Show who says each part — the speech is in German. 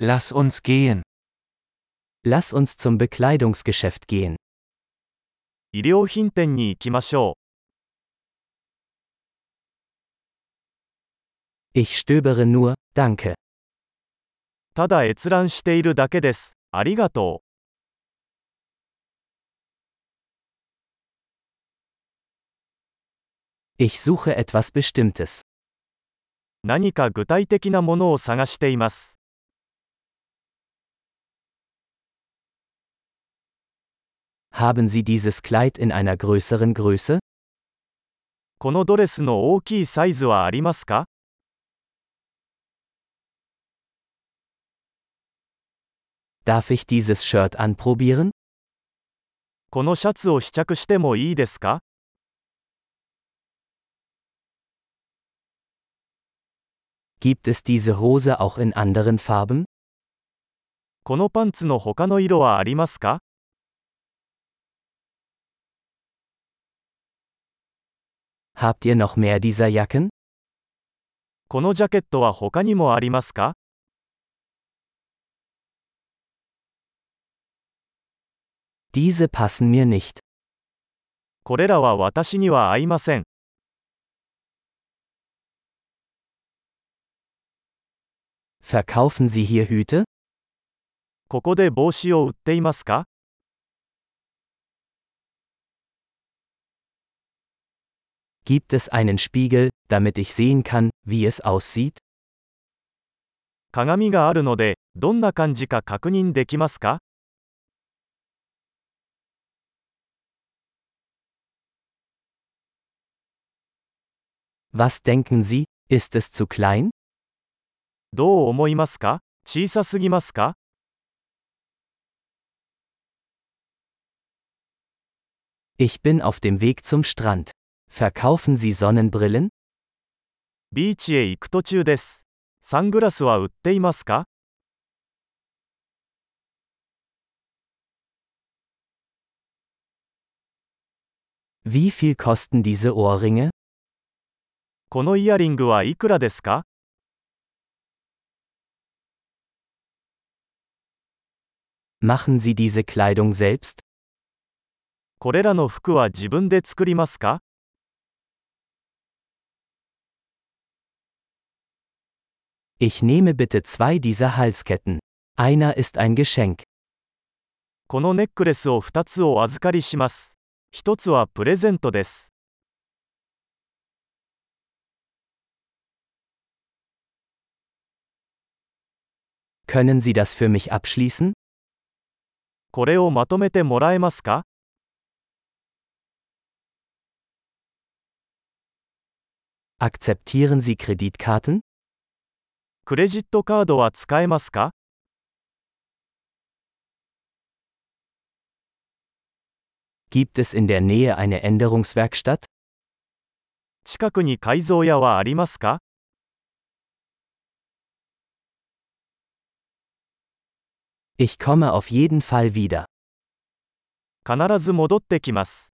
Speaker 1: Lass uns gehen.
Speaker 2: Lass uns zum Bekleidungsgeschäft gehen.
Speaker 3: 医療品店に行きましょ
Speaker 2: Ich stöbere nur, danke.
Speaker 3: う。ただ閲覧しているだけです。ありがと
Speaker 2: Ich suche etwas Bestimmtes.
Speaker 3: う。何か具体的なものを探しています。
Speaker 2: Haben Sie dieses Kleid in einer größeren Größe?
Speaker 3: このドレスの大きいサイズはありますか
Speaker 2: Darf ich dieses Shirt anprobieren?
Speaker 3: このシャツを試着してもいいですか
Speaker 2: Gibt es diese Hose auch in anderen Farben?
Speaker 3: このパンツの他の色はありますか
Speaker 2: Habt ihr noch mehr dieser Jacken?
Speaker 3: このジャケットは他にもありますか
Speaker 2: Diese passen mir nicht.
Speaker 3: これらは私には合いません。
Speaker 2: Verkaufen Sie hier Hüte?
Speaker 3: ここで帽子を売っていますか
Speaker 2: Gibt es einen Spiegel, damit ich sehen kann, wie es aussieht?
Speaker 3: 鏡があるので、どんな感じか確認できますか
Speaker 2: Was denken Sie? Ist es zu klein?
Speaker 3: どう思いますか小さすぎますか
Speaker 2: Ich bin auf dem Weg zum Strand. Verkaufen Sie Sonnenbrillen?
Speaker 3: ビーチへ行く途中です。サングラスは売っていますか
Speaker 2: Wie viel kosten diese Ohrringe?
Speaker 3: このイヤリングはいくらですか
Speaker 2: Machen Sie diese Kleidung selbst?
Speaker 3: これらの服は自分で作りますか
Speaker 2: Ich nehme bitte zwei dieser Halsketten. Einer ist ein Geschenk.
Speaker 3: このネックレスを2つお預かりします。1つはプレゼントです。
Speaker 2: Können Sie das für mich abschließen?
Speaker 3: これをまとめてもらえますか
Speaker 2: Akzeptieren Sie Kreditkarten?
Speaker 3: クレジットカードは使えますか
Speaker 2: Gibt es in der Nähe eine Änderungswerkstatt?
Speaker 3: 近くに改造屋はありますか
Speaker 2: Ich komme auf jeden Fall wieder.
Speaker 3: 必ず戻ってきます。